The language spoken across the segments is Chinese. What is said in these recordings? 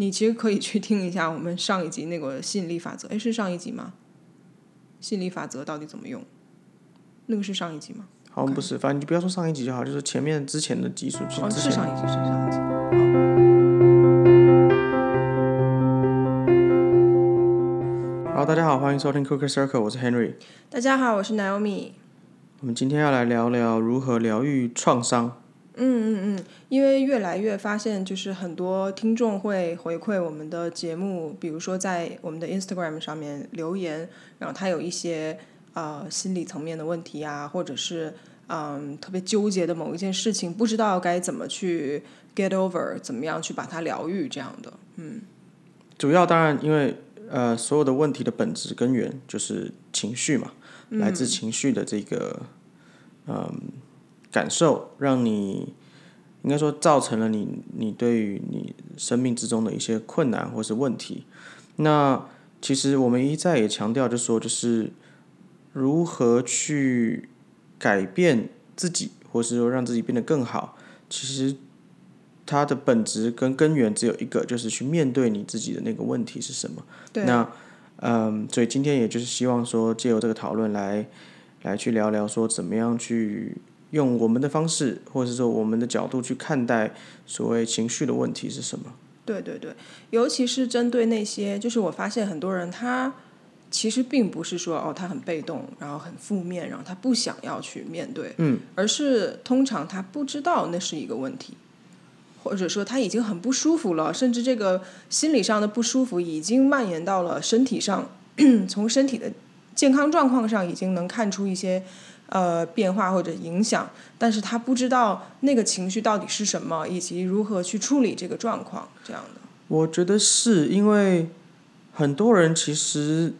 你其实可以去听一下我们上一集那个吸引力法则，哎，是上一集吗？吸引力法则到底怎么用？那个是上一集吗？好像不是，反正你就不要说上一集就好，就是前面之前的集数，就哦，之是前上一集，是上一集。好，大家好，欢迎收听 Cooker Circle，我是 Henry。大家好，我是 Naomi。我们今天要来聊聊如何疗愈创伤。嗯嗯嗯，因为越来越发现，就是很多听众会回馈我们的节目，比如说在我们的 Instagram 上面留言，然后他有一些呃心理层面的问题啊，或者是嗯特别纠结的某一件事情，不知道该怎么去 get over，怎么样去把它疗愈这样的。主要当然因为呃，所有的问题的本质根源就是情绪嘛，来自情绪的这个嗯、感受，让你应该说造成了你你对于你生命之中的一些困难或是问题。那其实我们一再也强调，就说就是如何去改变自己，或是说让自己变得更好，其实它的本质跟根源只有一个，就是去面对你自己的那个问题是什么。对，那嗯，所以今天也就是希望说，借由这个讨论来来去聊聊说，怎么样去用我们的方式，或者是说我们的角度去看待所谓情绪的问题是什么。对对对，尤其是针对那些，就是我发现很多人他其实并不是说哦他很被动，然后很负面，然后他不想要去面对，嗯，而是通常他不知道那是一个问题，或者说他已经很不舒服了，甚至这个心理上的不舒服已经蔓延到了身体上， 从身体的健康状况上已经能看出一些呃变化或者影响，但是他不知道那个情绪到底是什么，以及如何去处理这个状况，这样的。我觉得是因为很多人其实，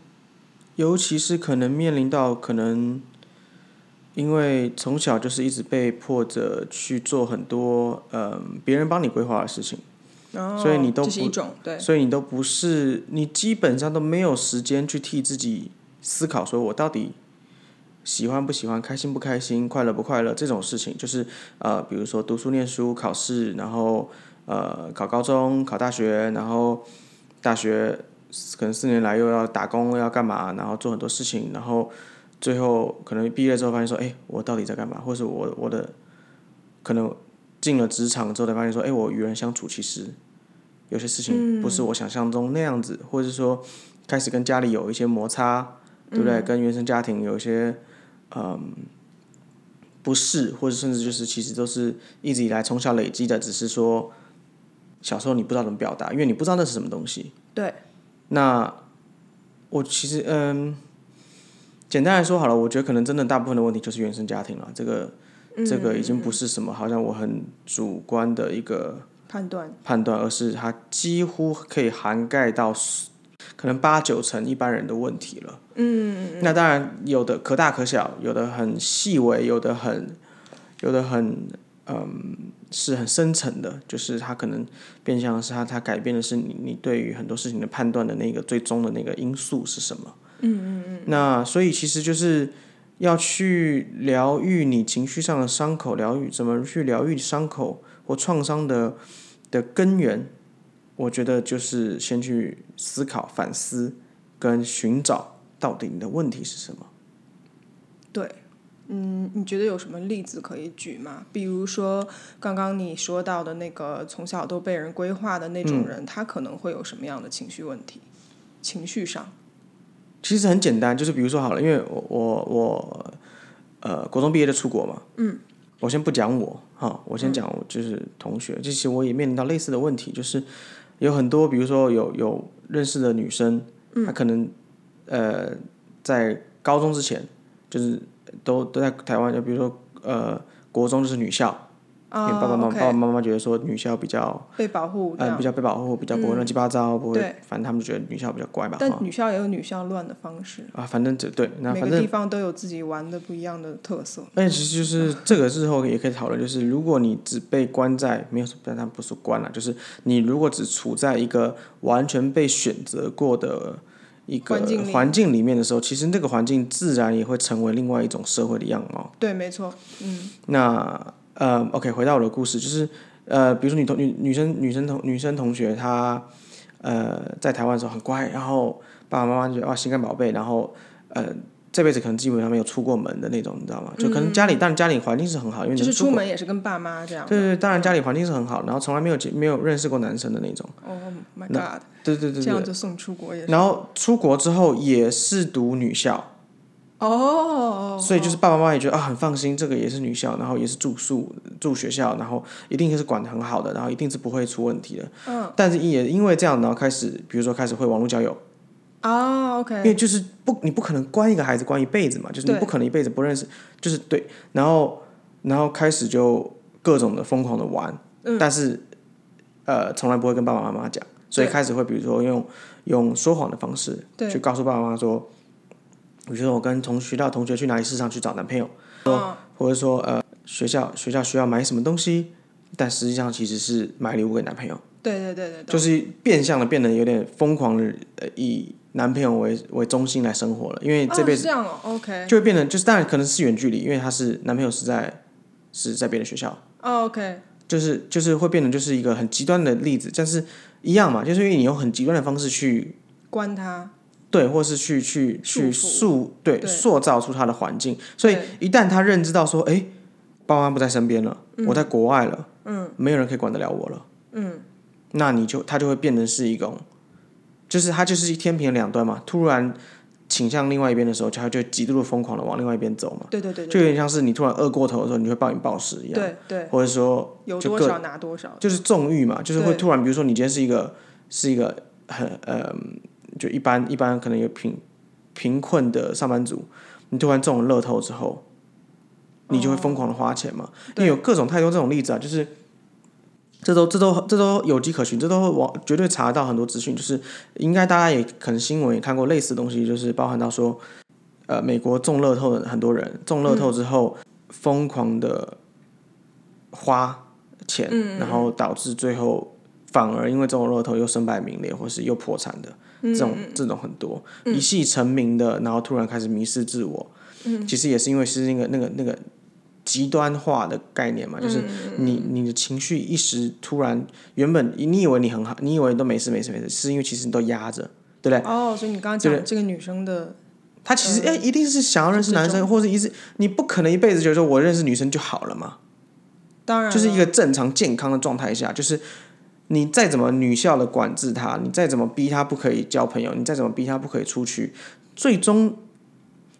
尤其是可能面临到可能，因为从小就是一直被迫着去做很多嗯、别人帮你规划的事情，然后所以你都这是一种对所以你都不是你基本上都没有时间去替自己思考，说我到底喜欢不喜欢，开心不开心，快乐不快乐这种事情，就是呃，比如说读书、念书、考试，然后呃考高中、考大学，然后大学可能四年来又要打工，要干嘛，然后做很多事情，然后最后可能毕业之后发现说，哎，我到底在干嘛，或是我我的可能进了职场之后才发现说，哎，我与人相处其实有些事情不是我想象中那样子，或者说开始跟家里有一些摩擦，对不对？跟原生家庭有一些嗯不适，或者甚至就是其实都是一直以来从小累积的，只是说小时候你不知道怎么表达，因为你不知道那是什么东西。对那我其实嗯，简单来说好了，我觉得可能真的大部分的问题就是原生家庭了。这个嗯这个已经不是什么好像我很主观的一个判断，判断，而是它几乎可以涵盖到 s- 可能八九成一般人的问题了。嗯，那当然有的可大可小，有的很细微，有的很有的很嗯是很深层的，就是它可能变相是它它改变的是你你对于很多事情的判断的那个最终的那个因素是什么。嗯嗯嗯。那所以其实就是。要去疗愈你情绪上的伤口，疗愈怎么去疗愈伤口或创伤的的根源，我觉得就是先去思考、反思跟寻找到底你的问题是什么。对，嗯，你觉得有什么例子可以举吗？比如说刚刚你说到的那个从小都被人规划的那种嗯人，他可能会有什么样的情绪问题？情绪上，其实很简单，就是比如说好了，因为我我我呃，国中毕业就出国嘛，嗯，我先不讲我哈，我先讲我就是同学，这些我也面临到类似的问题，就是有很多，比如说有有认识的女生，她可能呃在高中之前就是都都在台湾，就比如说呃国中就是女校，因为啊、爸爸妈妈、 o 爸 k 爸妈妈觉得说女校比较，被保护这呃，样，比较被保护，比较不会乱七八糟，不嗯会对，反正他们觉得女校比较乖吧，但哈女校也有女校乱的方式，啊，反正这对，那每反个正，地方都有自己玩的不一样的特色。而且其实就是啊这个日后也可以讨论，就是如果你只被关在，没有说，但他不是关了，就是你如果只处在一个完全被选择过的一个环境里环境里面的时候，其实那个环境自然也会成为另外一种社会的样貌。对，没错，嗯，那呃，OK，回到我的故事，就是呃，比如说女同女女生女生同女生同学她，呃，在台湾的时候很乖，然后爸爸妈妈就觉得哇心肝宝贝，然后呃这辈子可能基本上没有出过门的那种，你知道吗？就可能家里，当然家里环境是很好，因为就能是出国门也是跟爸妈这样的。对对，对当然家里环境是很好，然后从来没有接没有认识过男生的那种。 Oh my god！对对对这样对。就送出国也是。然后出国之后也是读女校，哦，所以就是爸爸妈妈也觉得啊很放心，这个也是女校，然后也是住宿住学校，然后一定是管得很好的，然后一定是不会出问题的。嗯。但是也因为这样，然后开始比如说开始会网络交友，啊因，OK，为就是不你不可能关一个孩子关一辈子嘛，就是你对不可能一辈子不认识，就是对。然后然后开始就各种的疯狂的玩，嗯但是呃从来不会跟爸爸妈妈讲，所以对开始会比如说用用说谎的方式对去告诉爸爸妈妈说，比如说我跟同学到同学去哪里市场去找男朋友，嗯或者说呃学校学校需要买什么东西，但实际上其实是买礼物给男朋友。对对对对对，就是变相的变得有点疯狂的，呃，以男朋友为为中心来生活了，因为这辈哦、是子这样哦，OK，OK，、就会变得就是当然可能是远距离，因为他是男朋友是在是在别的学校，哦，OK，就是就是会变得就是一个很极端的例子，但是一样嘛，就是因为你用很极端的方式去关他，对，或是去去去束缚塑对对塑造出他的环境，所以一旦他认知到说，哎，爸妈不在身边了，我在国外了，嗯，没有人可以管得了我了，嗯，那你就他就会变成是一种，就是他就是天平的两端嘛，突然倾向另外一边的时候，他就极度的疯狂的往另外一边走嘛，对对对就对有点像是你突然饿过头的时候，你会暴饮暴食一样，对对，或者说有就多各少拿多少，就是纵欲嘛，就是会对突然，比如说你今天是一个是一个很呃，就一般一般可能有贫贫困的上班族，你突然中了乐透之后，你就会疯狂的花钱嘛。因对为有各种太多这种例子啊，就是这都这都这都有迹可循，这都网绝对查到很多资讯，就是应该大家也可能新闻也看过类似的东西，就是包含到说，呃，美国中乐透的很多人中乐透之后、疯狂的花钱，嗯然后导致最后反而因为中了乐透又身败名裂，或是又破产的。嗯这种这种很多、一系成名的，然后突然开始迷失自我，嗯、其实也是因为是那个那个那个极端化的概念嘛，嗯就是你你的情绪一时突然，原本你以为你很好，你以为都没事没事没事，是因为其实你都压着，对不对？哦，所以你刚刚讲的这个女生的，他其实呃哎、一定是想要认识是这男生，或者一直你不可能一辈子觉得说我认识女生就好了嘛，当然就是了一个正常健康的状态下，就是。你再怎么女校的管制他，你再怎么逼他不可以交朋友，你再怎么逼他不可以出去，最终，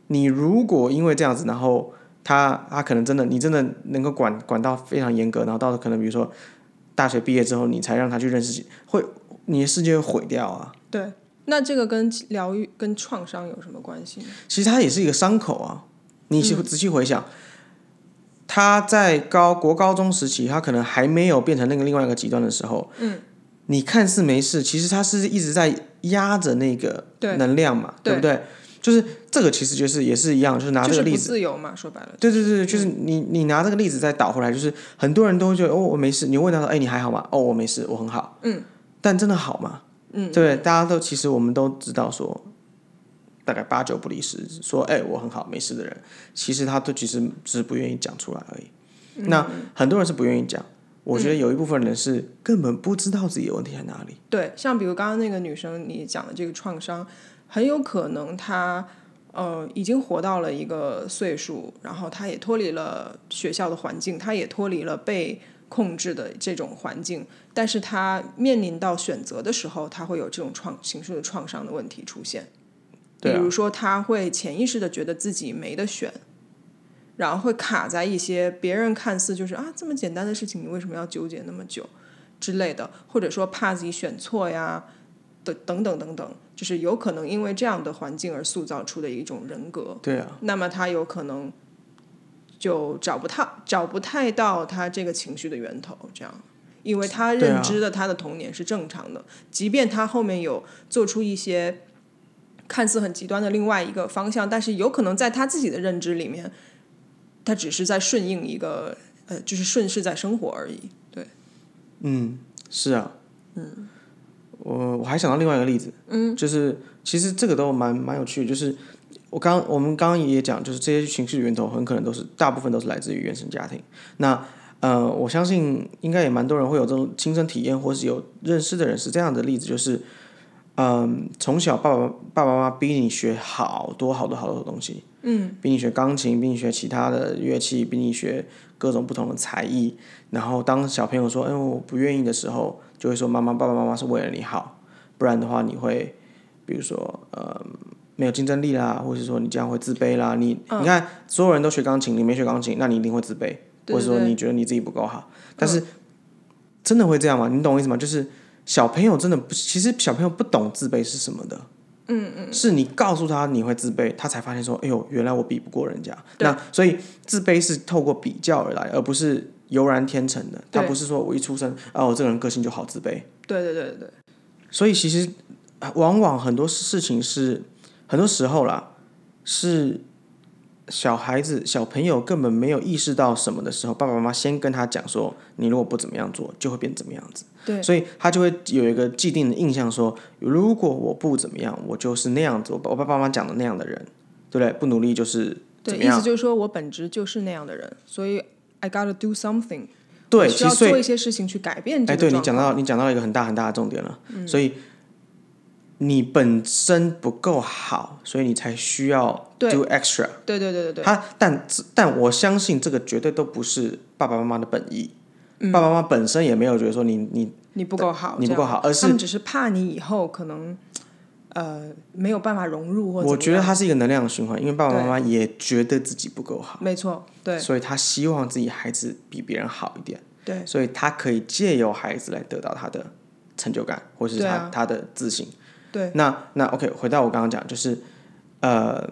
你如果因为这样子，然后他他可能真的你真的能够管管到非常严格，然后到可能比如说大学毕业之后，你才让他去认识，会你的世界会毁掉啊。对。那这个跟疗愈、跟创伤有什么关系呢？其实他也是一个伤口啊。你嗯细仔细回想，他在高国高中时期，他可能还没有变成那个另外一个极端的时候，嗯，你看似没事，其实他是一直在压着那个对能量嘛，对不对？就是这个其实就是也是一样，就是拿就这是个例不子。自由嘛，说白了，对对对，对就是你你拿这个例子再倒回来，就是很多人都会觉得哦我没事，你问他说哎你还好吗？哦我没事，我很好。嗯，但真的好吗？嗯，对不对？大家都其实我们都知道说，大概八九不离十，说哎我很好没事的人，其实他都其实只是不愿意讲出来而已。那很多人是不愿意讲，我觉得有一部分人是根本不知道自己的问题在哪里。对，像比如刚刚那个女生你讲的这个创伤，很有可能她呃已经活到了一个岁数，然后她也脱离了学校的环境，她也脱离了被控制的这种环境，但是她面临到选择的时候，她会有这种创形式的创伤的问题出现。对比啊如，说他会潜意识的觉得自己没得选，然后会卡在一些别人看似就是啊这么简单的事情，你为什么要纠结那么久之类的，或者说怕自己选错呀的等等等等，就是有可能因为这样的环境而塑造出的一种人格。对啊，那么他有可能就找不到找不太到他这个情绪的源头，这样，因为他对啊认知的他的童年是正常的，即便他后面有做出一些看似很极端的另外一个方向，但是有可能在他自己的认知里面，他只是在顺应一个呃，就是顺势在生活而已。对，嗯，是啊，嗯，我我还想到另外一个例子，嗯，就是其实这个都蛮蛮有趣的，就是我刚我们刚刚也讲，就是这些情绪的源头很可能都是大部分都是来自于原生家庭。那呃，我相信应该也蛮多人会有这种亲身体验，或是有认识的人是这样的例子，就是，嗯，从小爸爸爸爸妈妈逼你学好多好多好多东西，嗯，逼你学钢琴，逼你学其他的乐器，逼你学各种不同的才艺，然后当小朋友说，哎，我不愿意的时候，就会说妈妈爸爸妈妈是为了你好，不然的话你会，比如说，呃。没有竞争力啦，或者说你这样会自卑啦。你、你看，所有人都学钢琴，你没学钢琴，那你一定会自卑。嗯对或者说对你觉得你自己不够好，但是真的会这样吗？你懂我意思吗？就是小朋友真的不，其实小朋友不懂自卑是什么的。嗯嗯，是你告诉他你会自卑，他才发现说，哎呦，原来我比不过人家。对那所以自卑是透过比较而来，而不是油然天成的。他对不是说我一出生啊，我这个人个性就好自卑。对对对对，所以其实啊往往很多事情是，很多时候啦，是小孩子、小朋友根本没有意识到什么的时候，爸爸妈妈先跟他讲说，你如果不怎么样做，就会变怎么样子。对所以他就会有一个既定的印象说，如果我不怎么样，我就是那样子，我爸我爸爸妈妈讲的那样的人，对不对？不努力就是怎对，么意样思？就是说我本质就是那样的人，所以 I gotta do something，对，我其需实要所以做一些事情去改变这哎，个对你状讲况嗯到你讲到一个很大很大的重点了，所以你本身不够好，所以你才需要对 do extra。对对对对对，他但但我相信这个绝对都不是爸爸妈妈的本意，嗯爸爸妈妈本身也没有觉得说你你你不够好，你不这够样好而是他们只是怕你以后可能呃没有办法融入或怎么我觉得样它是一个能量循环，因为爸爸妈妈也觉得自己不够好，没错，对所以他希望自己孩子比别人好一点，对所以他可以借由孩子来得到他的成就感，或是他、对啊他的自信。对那那 OK，回到我刚刚讲，就是呃，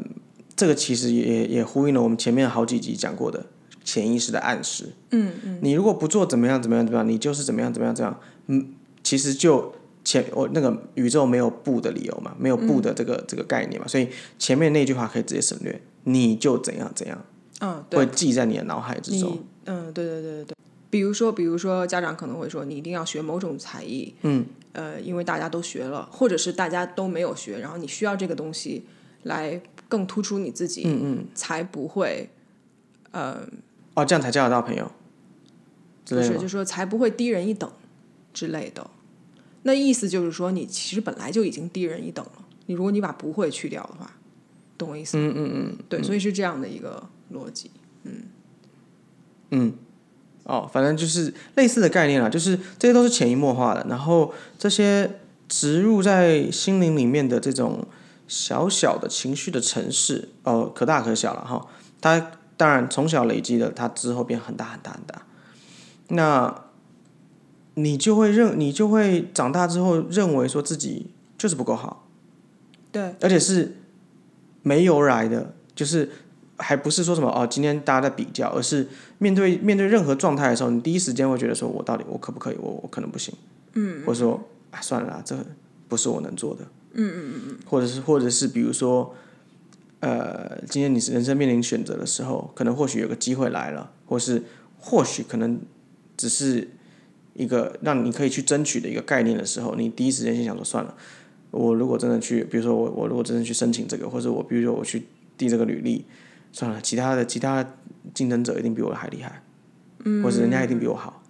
这个其实也也呼应了我们前面好几集讲过的潜意识的暗示。嗯嗯，你如果不做怎么样怎么样怎么样，你就是怎么样怎么样怎么样。嗯，其实就前我那个宇宙没有不的理由嘛，没有嗯不的这个、这个概念嘛，所以前面那句话可以直接省略，你就怎样怎样，嗯对会记在你的脑海之中。你嗯，对对对对对。比如说，比如说，家长可能会说，你一定要学某种才艺，嗯，呃，因为大家都学了，或者是大家都没有学，然后你需要这个东西来更突出你自己，嗯嗯，才不会，呃，哦，这样才交得到朋友之不类的是，吗。就说才不会低人一等之类的。那意思就是说，你其实本来就已经低人一等了。你如果你把不会去掉的话，懂我意思吗？嗯嗯嗯，对，所以是这样的一个逻辑。哦，反正就是类似的概念啦，就是这些都是潜移默化的，然后这些植入在心灵里面的这种小小的情绪的城市，哦，可大可小了哈。它当然从小累积的，它之后变很大很大很大。那你就会认，你就会长大之后认为说自己就是不够好，对而且是没由来的，就是还不是说什么哦，今天大家在比较，而是面对面对任何状态的时候，你第一时间会觉得说我到底我可不可以，我我可能不行，嗯，或者说啊算了啦，这不是我能做的，嗯嗯嗯嗯，或者是或者是比如说。呃，今天你人生面临选择的时候，可能或许有个机会来了，或是或许可能只是一个让你可以去争取的一个概念的时候，你第一时间先想说算了，我如果真的去，比如说我我如果真的去申请这个，或者我比如说我去递这个履历，算了，其他的其他竞争者一定比我还厉害，嗯，或者人家一定比我好，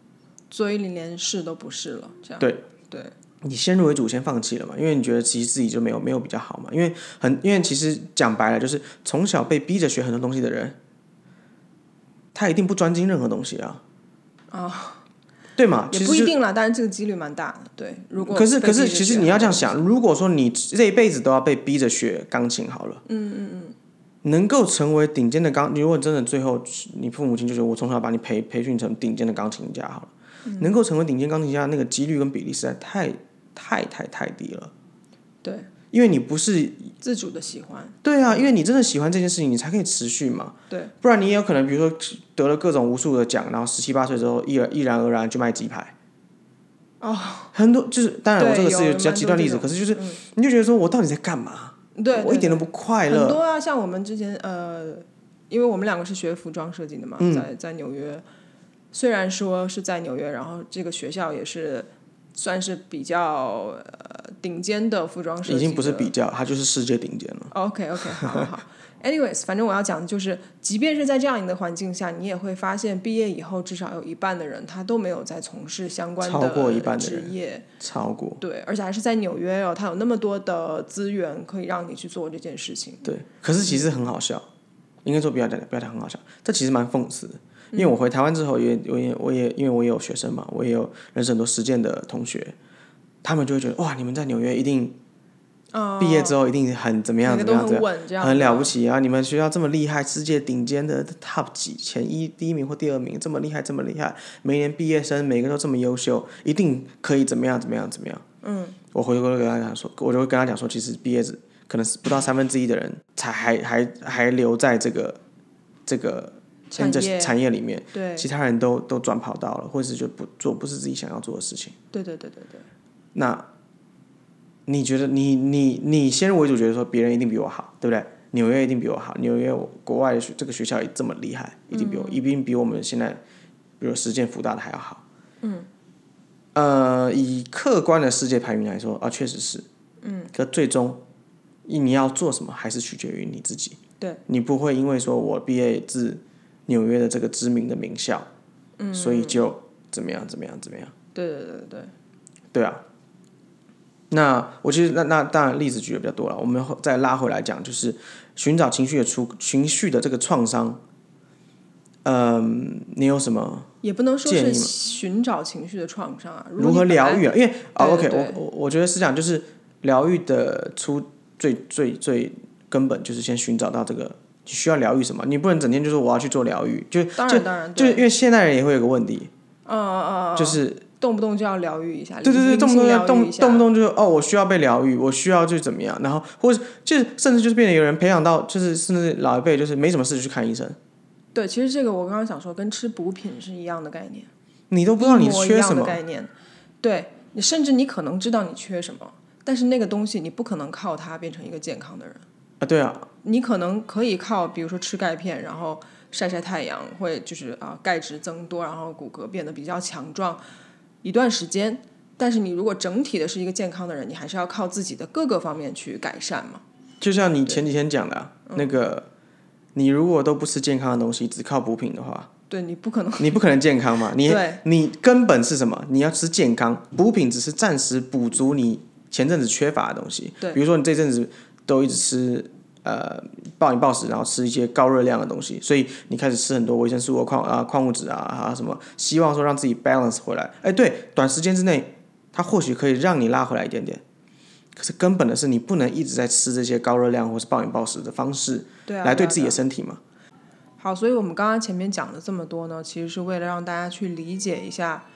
所以你连试都不试了，这样对对你先入为主先放弃了嘛，因为你觉得其实自己就没有没有比较好嘛，因为很因为其实讲白了就是从小被逼着学很多东西的人，他一定不专精任何东西啊，啊，对嘛，其哦也实不就一定啦，但是这个几率蛮大的。对，如果可是被可是，逼着其实学你要这样好想，如果说你这一辈子都要被逼着学钢琴，好了，嗯嗯嗯，能够成为顶尖的钢，如果真的最后你父母亲就觉得我从小把你培培训成顶尖的钢琴家，好了，嗯能够成为顶尖钢琴家那个几率跟比例实在太太太太低了，对因为你不是自主的喜欢，对啊，因为你真的喜欢这件事情，你才可以持续嘛，对不然你也有可能，比如说得了各种无数的奖，然后十七八岁之后，毅然毅然而然去卖鸡排。哦，很多就是，当然我对这个是有比较蛮极多端这例子，种嗯可是就是、你就觉得说我到底在干嘛？对，我一对点都不快很乐。多啊，像我们之前呃，因为我们两个是学服装设计的嘛，嗯在在纽约，虽然说是在纽约，然后这个学校也是呃算是比较呃顶尖的服装设计的，已经不是比较，它就是世界顶尖了。 OK OK，好好 好。Anyways，反正我要讲的就是，即便是在这样一个环境下，你也会发现，毕业以后至少有一半的人他都没有在从事相关超过一半的职人业，超过对，而且还是在纽约哦，他有那么多的资源可以让你去做这件事情。对，可是其实很好笑，应该说不要讲，不要讲很好笑，这其实蛮讽刺的。因为我回台湾之后也，我也，我也，因为我也有学生嘛，我也有认识很多实践的同学，他们就会觉得哇，你们在纽约一定哦毕业之后一定很怎么样每个怎么都样怎很么稳这样，样，很了不。起啊！你们学校这么厉害，世界顶尖的 top 几前一第一名或第二名，这么厉害，这么厉害，每年毕业生每个都这么优秀，一定可以怎么样怎么样怎么样。嗯，我回头跟他讲说，我就会跟他讲说，其实毕业只可能是不到三分之一的人才还还还留在这个这个产这业产业里面。对其他人都都转跑道了，或者是就不做不是自己想要做的事情。对对对对对，那你觉得你你你先入为主觉得说别人一定比我好，对不对？纽约一定比我好，纽约我国外的学这个学校也这么厉害，一定比我、一定比我们现在比如实践福大的还要好。嗯，呃，以客观的世界排名来说啊，确实是，嗯，可最终一你要做什么还是取决于你自己。对，你不会因为说我毕业自纽约的这个知名的名校，嗯，所以就怎么样怎么样怎么样。对对对对对，对啊。那我其实那那当然例子举的比较多了，我们后再拉回来讲，就是寻找情绪的出情绪的这个创伤，嗯，你有什么也不能说建议是吗寻找情绪的创伤啊，如果何你本来疗愈啊？因为啊、o 对 k 对我我我觉得是这样，就是疗愈的出最最最根本就是先寻找到这个需要疗愈什么，你不能整天就说我要去做疗愈，就当就然当然，就对因为现代人也会有个问题，嗯嗯嗯，就是动不动就要疗愈一下，对对对，灵动性不动疗愈就动一下动不动就是哦，我需要被疗愈，我需要就怎么样，然后或者就是甚至就是变得有人培养到，就是甚至老一辈就是没什么事就去看医生，对，其实这个我刚刚想说，跟吃补品是一样的概念，你都都不知道你缺什么，概念。对你，甚至你可能知道你缺什么，但是那个东西你不可能靠它变成一个健康的人。啊，对啊，你可能可以靠，比如说吃钙片，然后晒晒太阳，会就是啊、钙质增多，然后骨骼变得比较强壮一段时间。但是你如果整体的是一个健康的人，你还是要靠自己的各个方面去改善嘛。就像你前几天讲的啊、嗯那个，你如果都不吃健康的东西，只靠补品的话，对你不可能你不可能健康嘛，你对你根本是什么？你要吃健康，补品只是暂时补足你前阵子缺乏的东西，对比如说你这阵子都一直吃呃暴饮暴食，然后吃一些高热量的东西，所以你开始吃很多维生素啊、矿啊、矿物质啊啊什么，希望说让自己 balance 回来。哎，对，短时间之内它或许可以让你拉回来一点点。可是根本的是，你不能一直在吃这些高热量或是暴饮暴食的方式对啊，来对啊自己的啊身体嘛？好，所以我们刚刚前面讲的这么多呢，其实是为了让大家去理解一下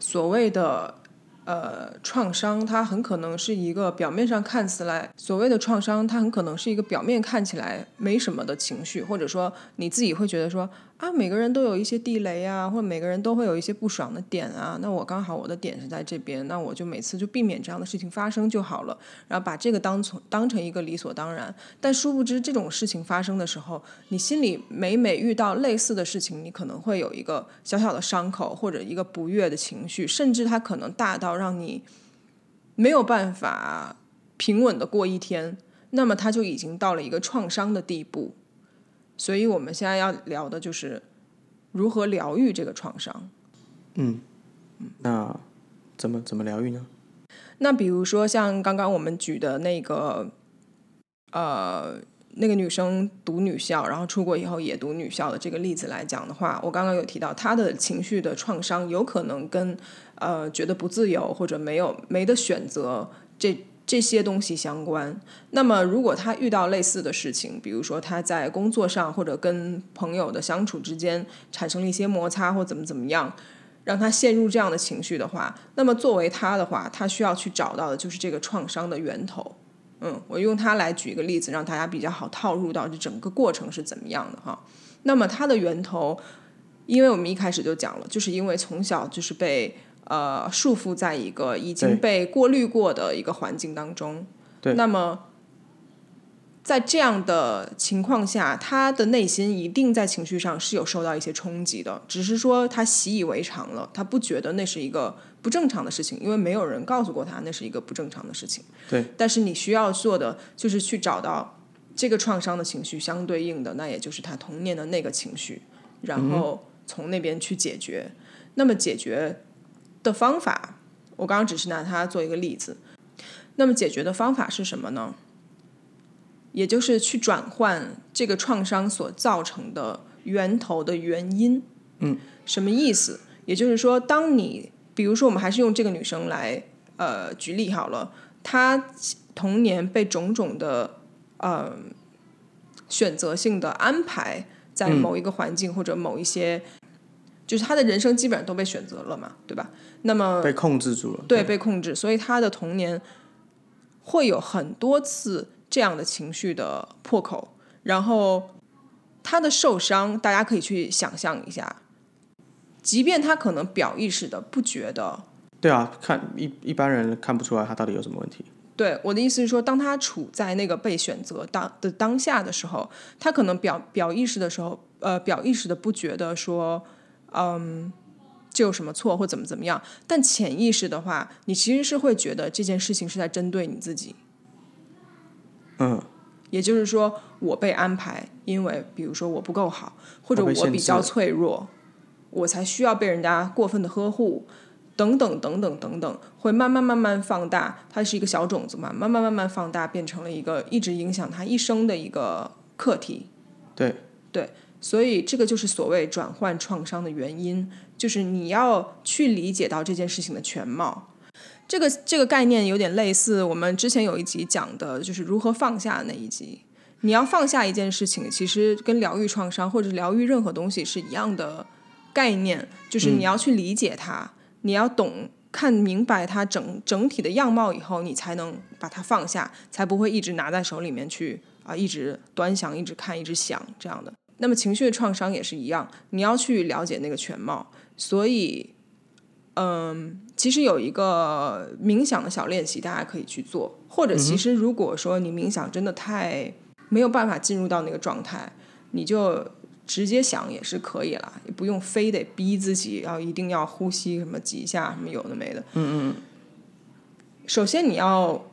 所谓的呃创伤，它很可能是一个表面上看起来所谓的创伤，它很可能是一个表面看起来没什么的情绪，或者说你自己会觉得说啊，每个人都有一些地雷啊，或者每个人都会有一些不爽的点啊，那我刚好我的点是在这边，那我就每次就避免这样的事情发生就好了，然后把这个当成当成一个理所当然。但殊不知这种事情发生的时候，你心里每每遇到类似的事情，你可能会有一个小小的伤口或者一个不悦的情绪，甚至它可能大到让你没有办法平稳的过一天，那么它就已经到了一个创伤的地步。所以我们现在要聊的就是如何疗愈这个创伤。那怎么怎么疗愈呢？那比如说像刚刚我们举的那个，呃，那个女生读女校，然后出国以后也读女校的这个例子来讲的话，我刚刚有提到她的情绪的创伤有可能跟呃觉得不自由或者没有没得选择这。这些东西相关。那么，如果她遇到类似的事情，比如说她在工作上或者跟朋友的相处之间产生了一些摩擦或怎么怎么样，让他陷入这样的情绪的话，那么作为他的话，他需要去找到的就是这个创伤的源头。嗯，我用它来举一个例子，让大家比较好套入到这整个过程是怎么样的哈。那么它的源头，因为我们一开始就讲了，就是因为从小就是被呃束缚在一个已经对被过滤过的一个环境当中。对那么在这样的情况下，他的内心一定在情绪上是有受到一些冲击的，只是说他习以为常了，他不觉得那是一个不正常的事情，因为没有人告诉过他那是一个不正常的事情。对，但是你需要做的就是去找到这个创伤的情绪相对应的，那也就是他童年的那个情绪，然后从那边去解决。那么解决的方法，我刚刚只是拿它做一个例子。那么解决的方法是什么呢？也就是去转换这个创伤所造成的源头的原因。嗯，什么意思？也就是说，当你比如说，我们还是用这个女生来呃举例好了，她童年被种种的呃选择性的安排在某一个环境或者某一些，就是她的人生基本上都被选择了嘛，对吧？那么被控制住了。对，被控制，所以他的童年会有很多次这样的情绪的破口，然后他的受伤，大家可以去想象一下，即便他可能表意识的不觉得，对啊，看一一般人看不出来他到底有什么问题。对我的意思是说，当他处在那个被选择当的当下的时候，他可能表表意识的时候，呃，表意识的不觉得说，嗯，这有什么错或怎么怎么样，但潜意识的话，你其实是会觉得这件事情是在针对你自己，嗯，也就是说，我被安排，因为比如说我不够好，或者我被我限比制较了脆弱，我才需要被人家过分的呵护，等等等等等等，会慢慢慢慢放大，它是一个小种子嘛，慢慢慢慢放大，变成了一个一直影响他一生的一个课题。对对，所以这个就是所谓转换创伤的原因，就是你要去理解到这件事情的全貌。这个这个概念有点类似我们之前有一集讲的，就是如何放下那一集。你要放下一件事情，其实跟疗愈创伤或者疗愈任何东西是一样的概念，就是你要去理解它，你要懂看明白它整整体的样貌以后，你才能把它放下，才不会一直拿在手里面去啊，一直端详、一直看、一直想这样的。那么情绪的创伤也是一样，你要去了解那个全貌。所以，嗯，其实有一个冥想的小练习，大家可以去做。或者，其实如果说你冥想真的太没有办法进入到那个状态，你就直接想也是可以啦，也不用非得逼自己要一定要呼吸什么几下什么有的没的。嗯嗯。首先，你要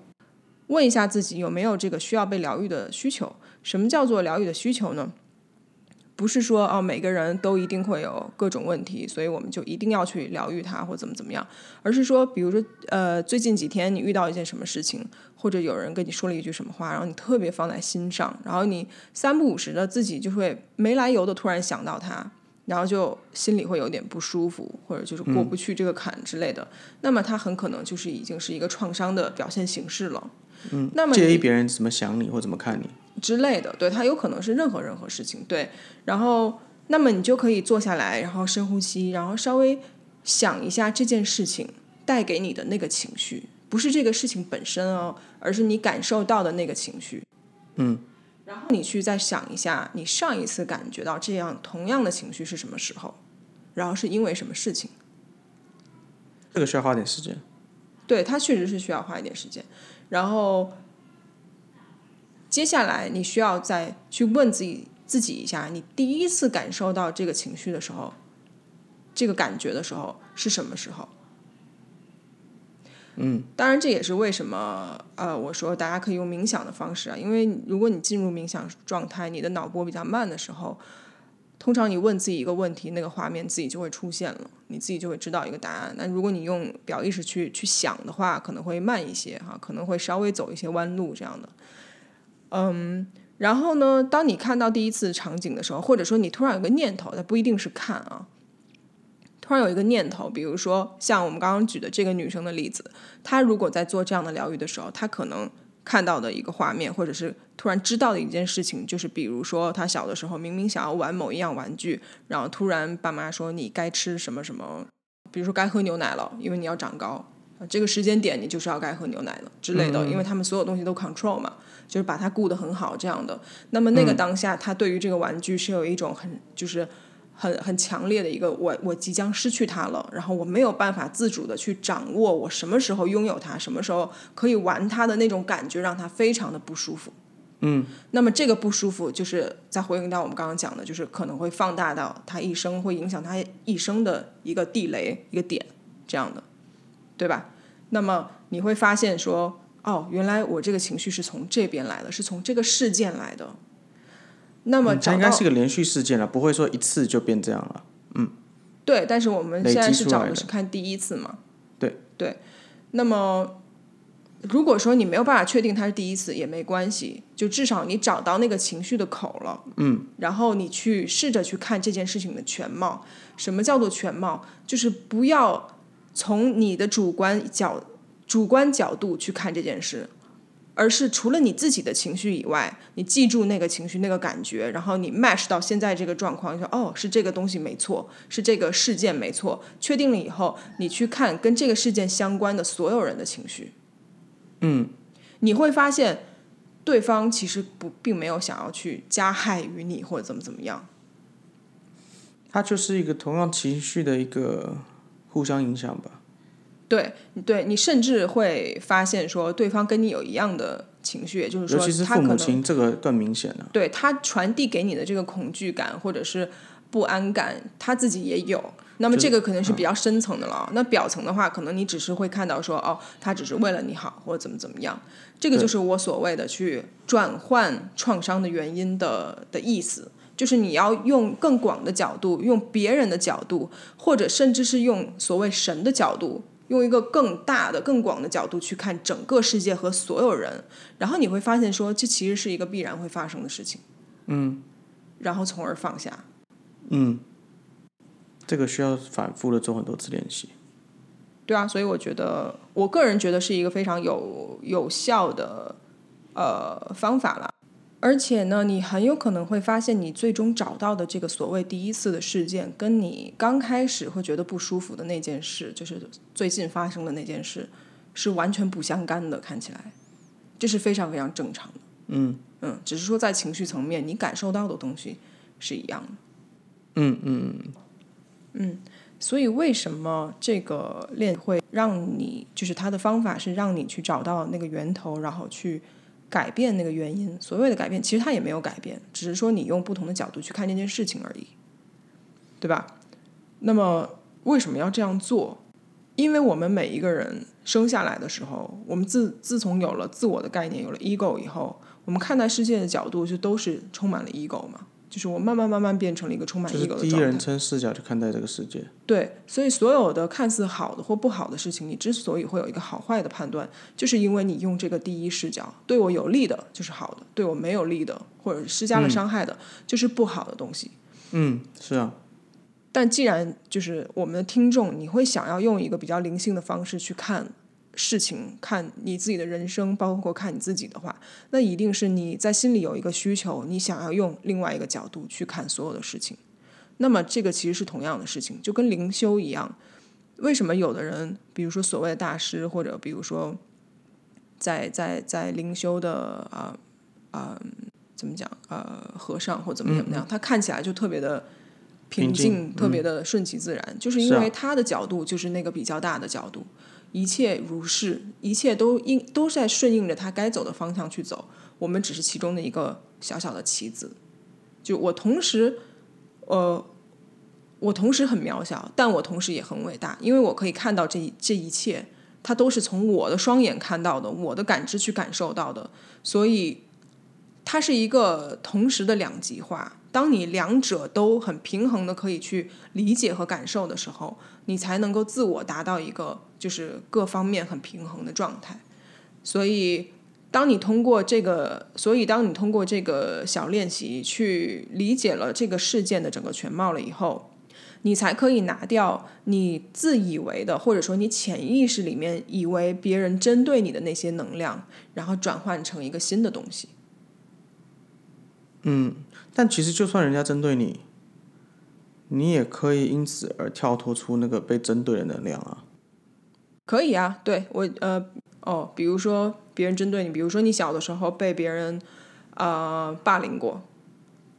问一下自己有没有这个需要被疗愈的需求。什么叫做疗愈的需求呢？不是说哦，每个人都一定会有各种问题，所以我们就一定要去疗愈它或怎么怎么样，而是说，比如说，呃，最近几天你遇到一件什么事情，或者有人跟你说了一句什么话，然后你特别放在心上，然后你三不五时的自己就会没来由的突然想到它，然后就心里会有点不舒服，或者就是过不去这个坎之类的，那么它很可能就是已经是一个创伤的表现形式了。嗯，那么介你意别人怎么想你或怎么看你。之类的，对，它有可能是任何任何事情，对。然后，那么你就可以坐下来，然后深呼吸，然后稍微想一下这件事情带给你的那个情绪，不是这个事情本身哦，而是你感受到的那个情绪。嗯。然后你去再想一下，你上一次感觉到这样同样的情绪是什么时候，然后是因为什么事情。这个需要花点时间。对，它确实是需要花一点时间。然后接下来你需要再去问自己自己一下，你第一次感受到这个情绪的时候，这个感觉的时候是什么时候？嗯，当然，这也是为什么呃，我说大家可以用冥想的方式啊，因为如果你进入冥想状态，你的脑波比较慢的时候，通常你问自己一个问题，那个画面自己就会出现了，你自己就会知道一个答案。那如果你用表意识去去想的话，可能会慢一些哈，可能会稍微走一些弯路这样的。嗯，然后呢，当你看到第一次场景的时候，或者说你突然有个念头，它不一定是看啊，突然有一个念头，比如说像我们刚刚举的这个女生的例子，她如果在做这样的疗愈的时候，她可能看到的一个画面，或者是突然知道的一件事情，就是比如说她小的时候明明想要玩某一样玩具，然后突然爸妈说你该吃什么什么，比如说该喝牛奶了，因为你要长高。啊这个时间点你就是要该喝牛奶了之类的，因为他们所有东西都 control 嘛，就是把它顾得很好这样的。那么那个当下，他对于这个玩具是有一种很就是很很强烈的一个我我即将失去它了，然后我没有办法自主的去掌握我什么时候拥有它，什么时候可以玩它的那种感觉，让他非常的不舒服。嗯，那么这个不舒服就是再回应到我们刚刚讲的，就是可能会放大到他一生，会影响他一生的一个地雷一个点这样的，对吧？那么你会发现说，哦，原来我这个情绪是从这边来的，是从这个事件来的。那么嗯它找应到、该是个连续事件了，不会说一次就变这样了。对，但是我们累现在积是出找来的的是看第一次嘛？对对。那么，如果说你没有办法确定它是第一次也没关系，就至少你找到那个情绪的口了，嗯，然后你去试着去看这件事情的全貌。什么叫做全貌？就是不要从你的主观角主观角度去看这件事。而是除了你自己的情绪以外，你记住那个情绪、那个感觉，然后你 match 到现在这个状况，你说哦，是这个东西没错，是这个事件没错。确定了以后，你去看跟这个事件相关的所有人的情绪，嗯，你会发现对方其实不并没有想要去加害于你或者怎么怎么样。它就是一个同样情绪的一个互相影响吧。对，对你甚至会发现说对方跟你有一样的情绪，也就是尤其说是他父可母能亲，这个更明显了、对他传递给你的这个恐惧感或者是不安感，他自己也有。那么这个可能是比较深层的了啊。那表层的话，可能你只是会看到说，哦，他只是为了你好，或者怎么怎么样。这个就是我所谓的去转换创伤的原因的的意思，就是你要用更广的角度，用别人的角度，或者甚至是用所谓神的角度，用一个更大的、更广的角度去看整个世界和所有人，然后你会发现说，这其实是一个必然会发生的事情。嗯，然后从而放下。嗯，这个需要反复的做很多次练习。对啊，所以我觉得，我个人觉得是一个非常有有效的呃方法啦。而且呢，你很有可能会发现，你最终找到的这个所谓第一次的事件，跟你刚开始会觉得不舒服的那件事，就是最近发生的那件事，是完全不相干的。看起来，这是非常非常正常的。嗯嗯，只是说在情绪层面，你感受到的东西是一样的。嗯嗯，嗯所以为什么这个练会让你，就是它的方法是让你去找到那个源头，然后去改变那个原因。所谓的改变，其实它也没有改变，只是说你用不同的角度去看这件事情而已，对吧？那么为什么要这样做？因为我们每一个人生下来的时候，我们自自从有了自我的概念，有了 ego 以后，我们看待世界的角度就都是充满了 ego 嘛，就是我慢慢慢慢变成了一个充满就是 ego 的第状一态。人称视角去看待这个世界。对，所以所有的看似好的或不好的事情，你之所以会有一个好坏的判断，就是因为你用这个第一视角，对我有利的就是好的，对我没有利的或者施加了伤害的，就是不好的东西。嗯，是啊，但既然就是我们的听众，你会想要用一个比较灵性的方式去看事情，看你自己的人生，包括看你自己的话，那一定是你在心里有一个需求，你想要用另外一个角度去看所有的事情。那么这个其实是同样的事情，就跟灵修一样。为什么有的人，比如说所谓的大师，或者比如说在在在灵修的啊啊、嗯怎么讲呃和尚或怎么怎么样，他看起来就特别的平平静，静特别的顺其自然，就是是因啊为他的角度就是那个比较大的角度，一切如是，一切都应都是在顺应着他该走的方向去走。我们只是其中的一个小小的棋子。就我同时，呃，我同时很渺小，但我同时也很伟大，因为我可以看到这一这一切，它都是从我的双眼看到的，我的感知去感受到的，所以它是一个同时的两极化。当你两者都很平衡的可以去理解和感受的时候，你才能够自我达到一个就是各方面很平衡的状态。所以，当你通过这个，所以当你通过这个小练习去理解了这个事件的整个全貌了以后，你才可以拿掉你自以为的，或者说你潜意识里面以为别人针对你的那些能量，然后转换成一个新的东西。但其实就算人家针对你，你也可以因此而跳脱出那个被针对的能量啊。可以啊，对我呃哦，比如说别人针对你，比如说你小的时候被别人呃霸凌过，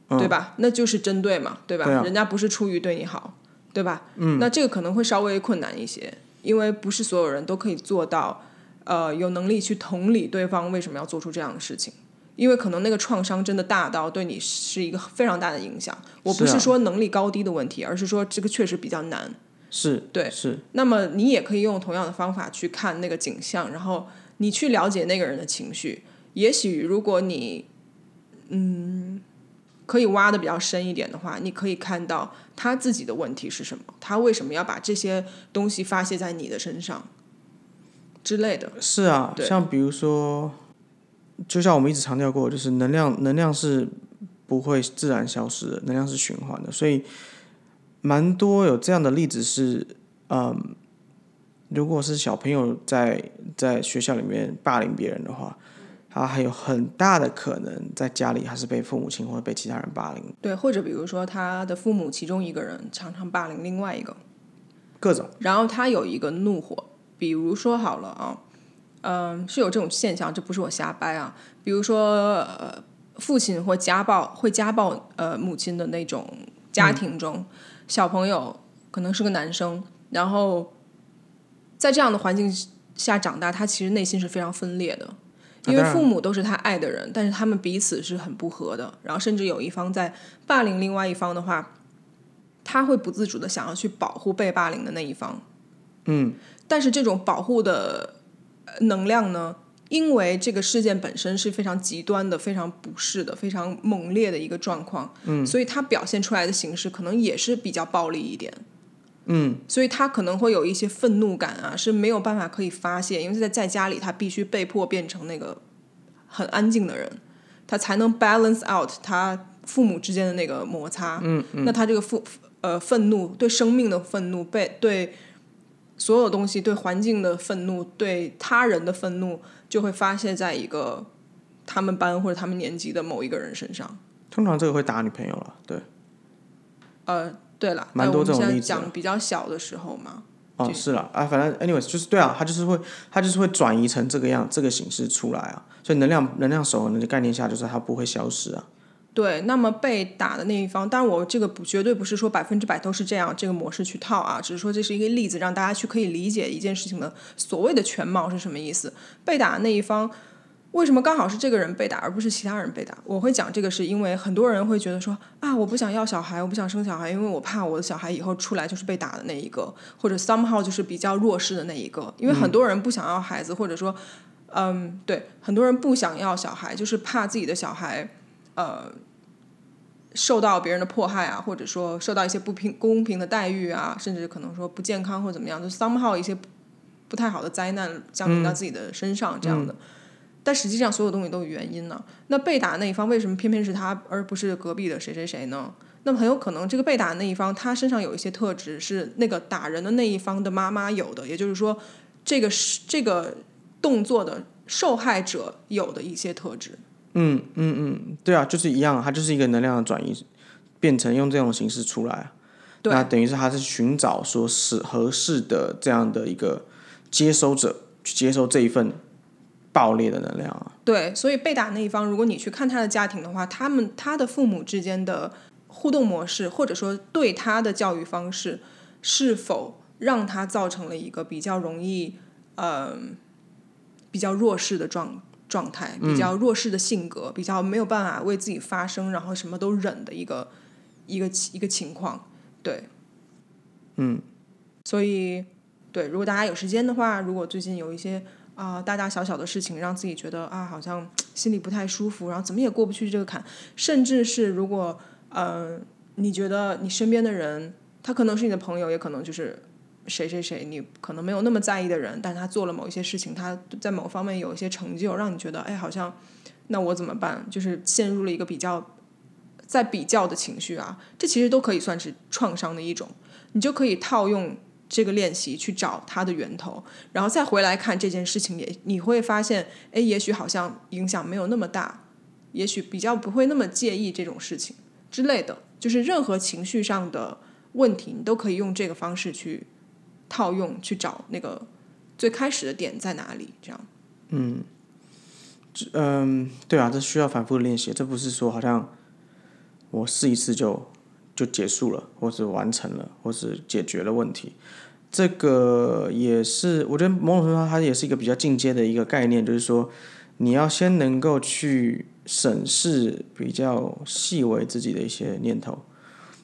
嗯对吧？那就是针对嘛，对吧？对啊人家不是出于对你好，对吧？嗯，那这个可能会稍微困难一些，因为不是所有人都可以做到，呃，有能力去同理对方为什么要做出这样的事情。因为可能那个创伤真的大到对你是一个非常大的影响。我是不啊是说能力高低的问题，而是说这个确实比较难。是，对是，那么你也可以用同样的方法去看那个景象，然后你去了解那个人的情绪。也许如果你，嗯，可以挖的比较深一点的话，你可以看到他自己的问题是什么，他为什么要把这些东西发泄在你的身上之类的。是啊，对像比如说，就像我们一直强调过，就是能量，能量是不会自然消失的，能量是循环的，所以蛮多有这样的例子是，嗯，如果是小朋友在在学校里面霸凌别人的话，他还有很大的可能在家里还是被父母亲或者被其他人霸凌，对，或者比如说他的父母其中一个人常常霸凌另外一个，各种然后他有一个怒火，比如说好了啊，嗯、是有这种现象，这不是我瞎掰啊。比如说，呃，父亲或家暴会家暴呃母亲的那种家庭中，小朋友可能是个男生，然后在这样的环境下长大，他其实内心是非常分裂的。啊因为当然父母都是他爱的人，但是他们彼此是很不和的，然后甚至有一方在霸凌另外一方的话，他会不自主的想要去保护被霸凌的那一方。嗯，但是这种保护的呃能量呢，因为这个事件本身是非常极端的、非常不适的、非常猛烈的一个状况，嗯，所以它表现出来的形式可能也是比较暴力一点。嗯，所以他可能会有一些愤怒感啊，是没有办法可以发泄，因为在在家里他必须被迫变成那个很安静的人，他才能 balance out 他父母之间的那个摩擦。嗯，嗯那他这个负呃愤怒对生命的愤怒，被对所有东西、对环境的愤怒、对他人的愤怒，就会发泄在一个他们班或者他们年级的某一个人身上。通常这个会打女朋友了，对，呃，对了，蛮但多我这们现种在例子啊讲比较小的时候嘛，哦，是啦，啊，反正 anyways 就是对啊，它就是会，它就是会转移成这个样这个形式出来啊，所以能量能量守恒的概念下，就是它不会消失啊，对，那么被打的那一方，当然我这个不绝对不是说百分之百都是这样这个模式去套啊，只是说这是一个例子，让大家去可以理解一件事情的所谓的全貌是什么意思。被打的那一方为什么刚好是这个人被打，而不是其他人被打？我会讲这个是因为很多人会觉得说啊，我不想要小孩，我不想生小孩，因为我怕我的小孩以后出来就是被打的那一个，或者 somehow 就是比较弱势的那一个，因为很多人不想要孩子，或者说。嗯，对，很多人不想要小孩，就是怕自己的小孩，呃，受到别人的迫害啊，或者说受到一些不平公平的待遇啊，甚至可能说不健康或怎么样，就 somehow 一些不不太好的灾难降临到自己的身上这样的。但实际上，所有东西都有原因呢、那被打的那一方为什么偏偏是他，而不是隔壁的谁谁谁呢？那么很有可能，这个被打的那一方，他身上有一些特质是那个打人的那一方的妈妈有的，也就是说，这个是这个动作的受害者有的一些特质。嗯嗯嗯，对啊，就是一样啊，它就是一个能量的转移，变成用这种形式出来啊，对那等于是它是寻找说是合适的这样的一个接收者去接收这一份爆裂的能量啊，对，所以被打那一方，如果你去看他的家庭的话，他们他的父母之间的互动模式，或者说对他的教育方式，是否让他造成了一个比较容易，嗯、比较弱势的状状态，比较弱势的性格，比较没有办法为自己发声，然后什么都忍的一个一个一个情况，对，嗯，所以对，如果大家有时间的话，如果最近有一些啊、大大小小的事情，让自己觉得啊好像心里不太舒服，然后怎么也过不去这个坎，甚至是如果呃你觉得你身边的人，他可能是你的朋友，也可能就是谁谁谁，你可能没有那么在意的人，但是他做了某一些事情，他在某方面有一些成就，让你觉得哎好像那我怎么办？就是陷入了一个比较。在比较的情绪啊，这其实都可以算是创伤的一种，你就可以套用这个练习去找它的源头，然后再回来看这件事情也，你会发现，哎，也许好像影响没有那么大，也许比较不会那么介意这种事情之类的。就是任何情绪上的问题，你都可以用这个方式去套用，去找那个最开始的点在哪里。这样，嗯，对啊，这需要反复练习，这不是说好像我试一次就就结束了，或是完成了，或是解决了问题。这个也是，我觉得某种程度上它也是一个比较进阶的一个概念，就是说你要先能够去审视比较细微自己的一些念头，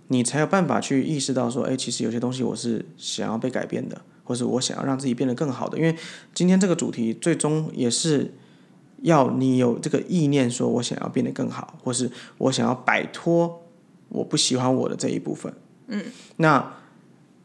你才有办法去意识到说，哎，其实有些东西我是想要被改变的，或是我想要让自己变得更好的。因为今天这个主题最终也是要你有这个意念，说我想要变得更好，或是我想要摆脱我不喜欢我的这一部分。嗯，那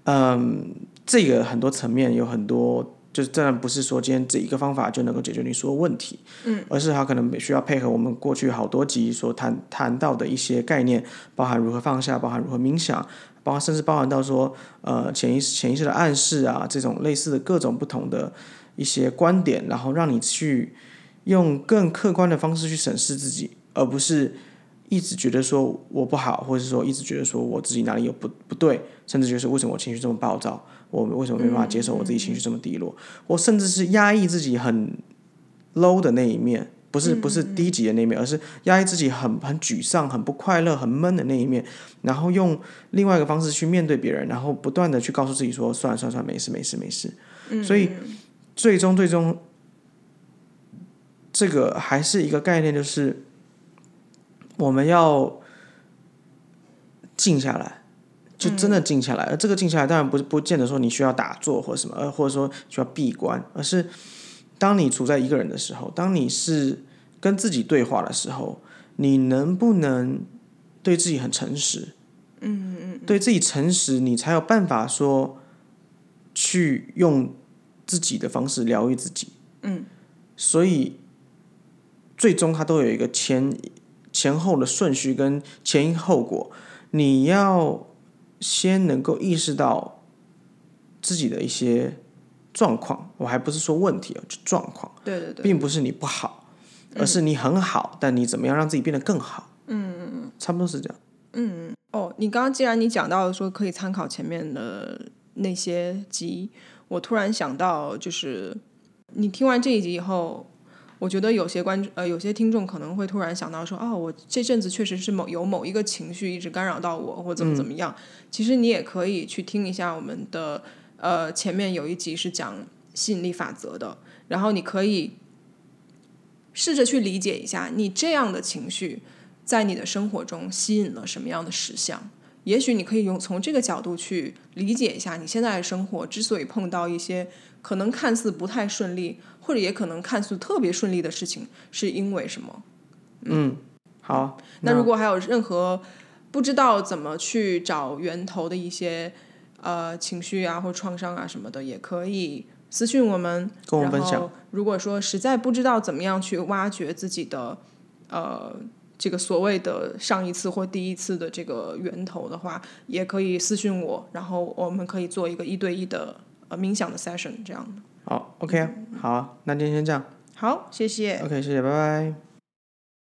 嗯，这个很多层面有很多。就是当然不是说今天这一个方法就能够解决你所有问题，嗯，而是它可能需要配合我们过去好多集所谈谈到的一些概念，包含如何放下，包含如何冥想，包含甚至包含到说呃潜意识潜意识的暗示啊，这种类似的各种不同的一些观点，然后让你去用更客观的方式去审视自己，而不是一直觉得说我不好，或者说一直觉得说我自己哪里有不不对，甚至就是为什么我情绪这么暴躁。我为什么没办法接受我自己情绪这么低落？我甚至是压抑自己很 low 的那一面，不是不是低级的那一面，而是压抑自己很很沮丧、很不快乐、很闷的那一面，然后用另外一个方式去面对别人，然后不断的去告诉自己说：算了算了算了，没事没事没事。所以最终最终，这个还是一个概念，就是我们要静下来。就真的静下来，而这个静下来当然不是不见得说你需要打坐或者什么，呃，或者说需要闭关，而是当你处在一个人的时候，当你是跟自己对话的时候，你能不能对自己很诚实？嗯嗯，对自己诚实，你才有办法说去用自己的方式疗愈自己。嗯，所以最终它都有一个前前后的顺序跟前因后果，你要。先能够意识到自己的一些状况，我还不是说问题啊，就状况，对对嗯对，并不是你不好，而是你很好，但你怎么样让自己变得更好？嗯嗯嗯。差不多是这样。嗯，哦，你刚刚既然你讲到说可以参考前面的那些集，我突然想到，就是你听完这一集以后，我觉得有些观呃有些听众可能会突然想到说，哦，我这阵子确实是某有某一个情绪一直干扰到我，或怎么怎么样。其实你也可以去听一下我们的呃前面有一集是讲吸引力法则的，然后你可以试着去理解一下你这样的情绪。在你的生活中吸引了什么样的实相？也许你可以用从这个角度去理解一下你现在的生活之所以碰到一些可能看似不太顺利，或者也可能看似特别顺利的事情，是因为什么？嗯，好。那如果还有任何不知道怎么去找源头的一些呃情绪啊或创伤啊什么的，也可以私信我们，跟我们分享然后如果说实在不知道怎么样去挖掘自己的呃这个所谓的上一次或第一次的这个源头的话，也可以私信我，然后我们可以做一个一对一的呃冥想的 session 这样的。好，OK 啊，好啊，那今天先这样好，谢谢。 ，OK，谢谢，拜拜。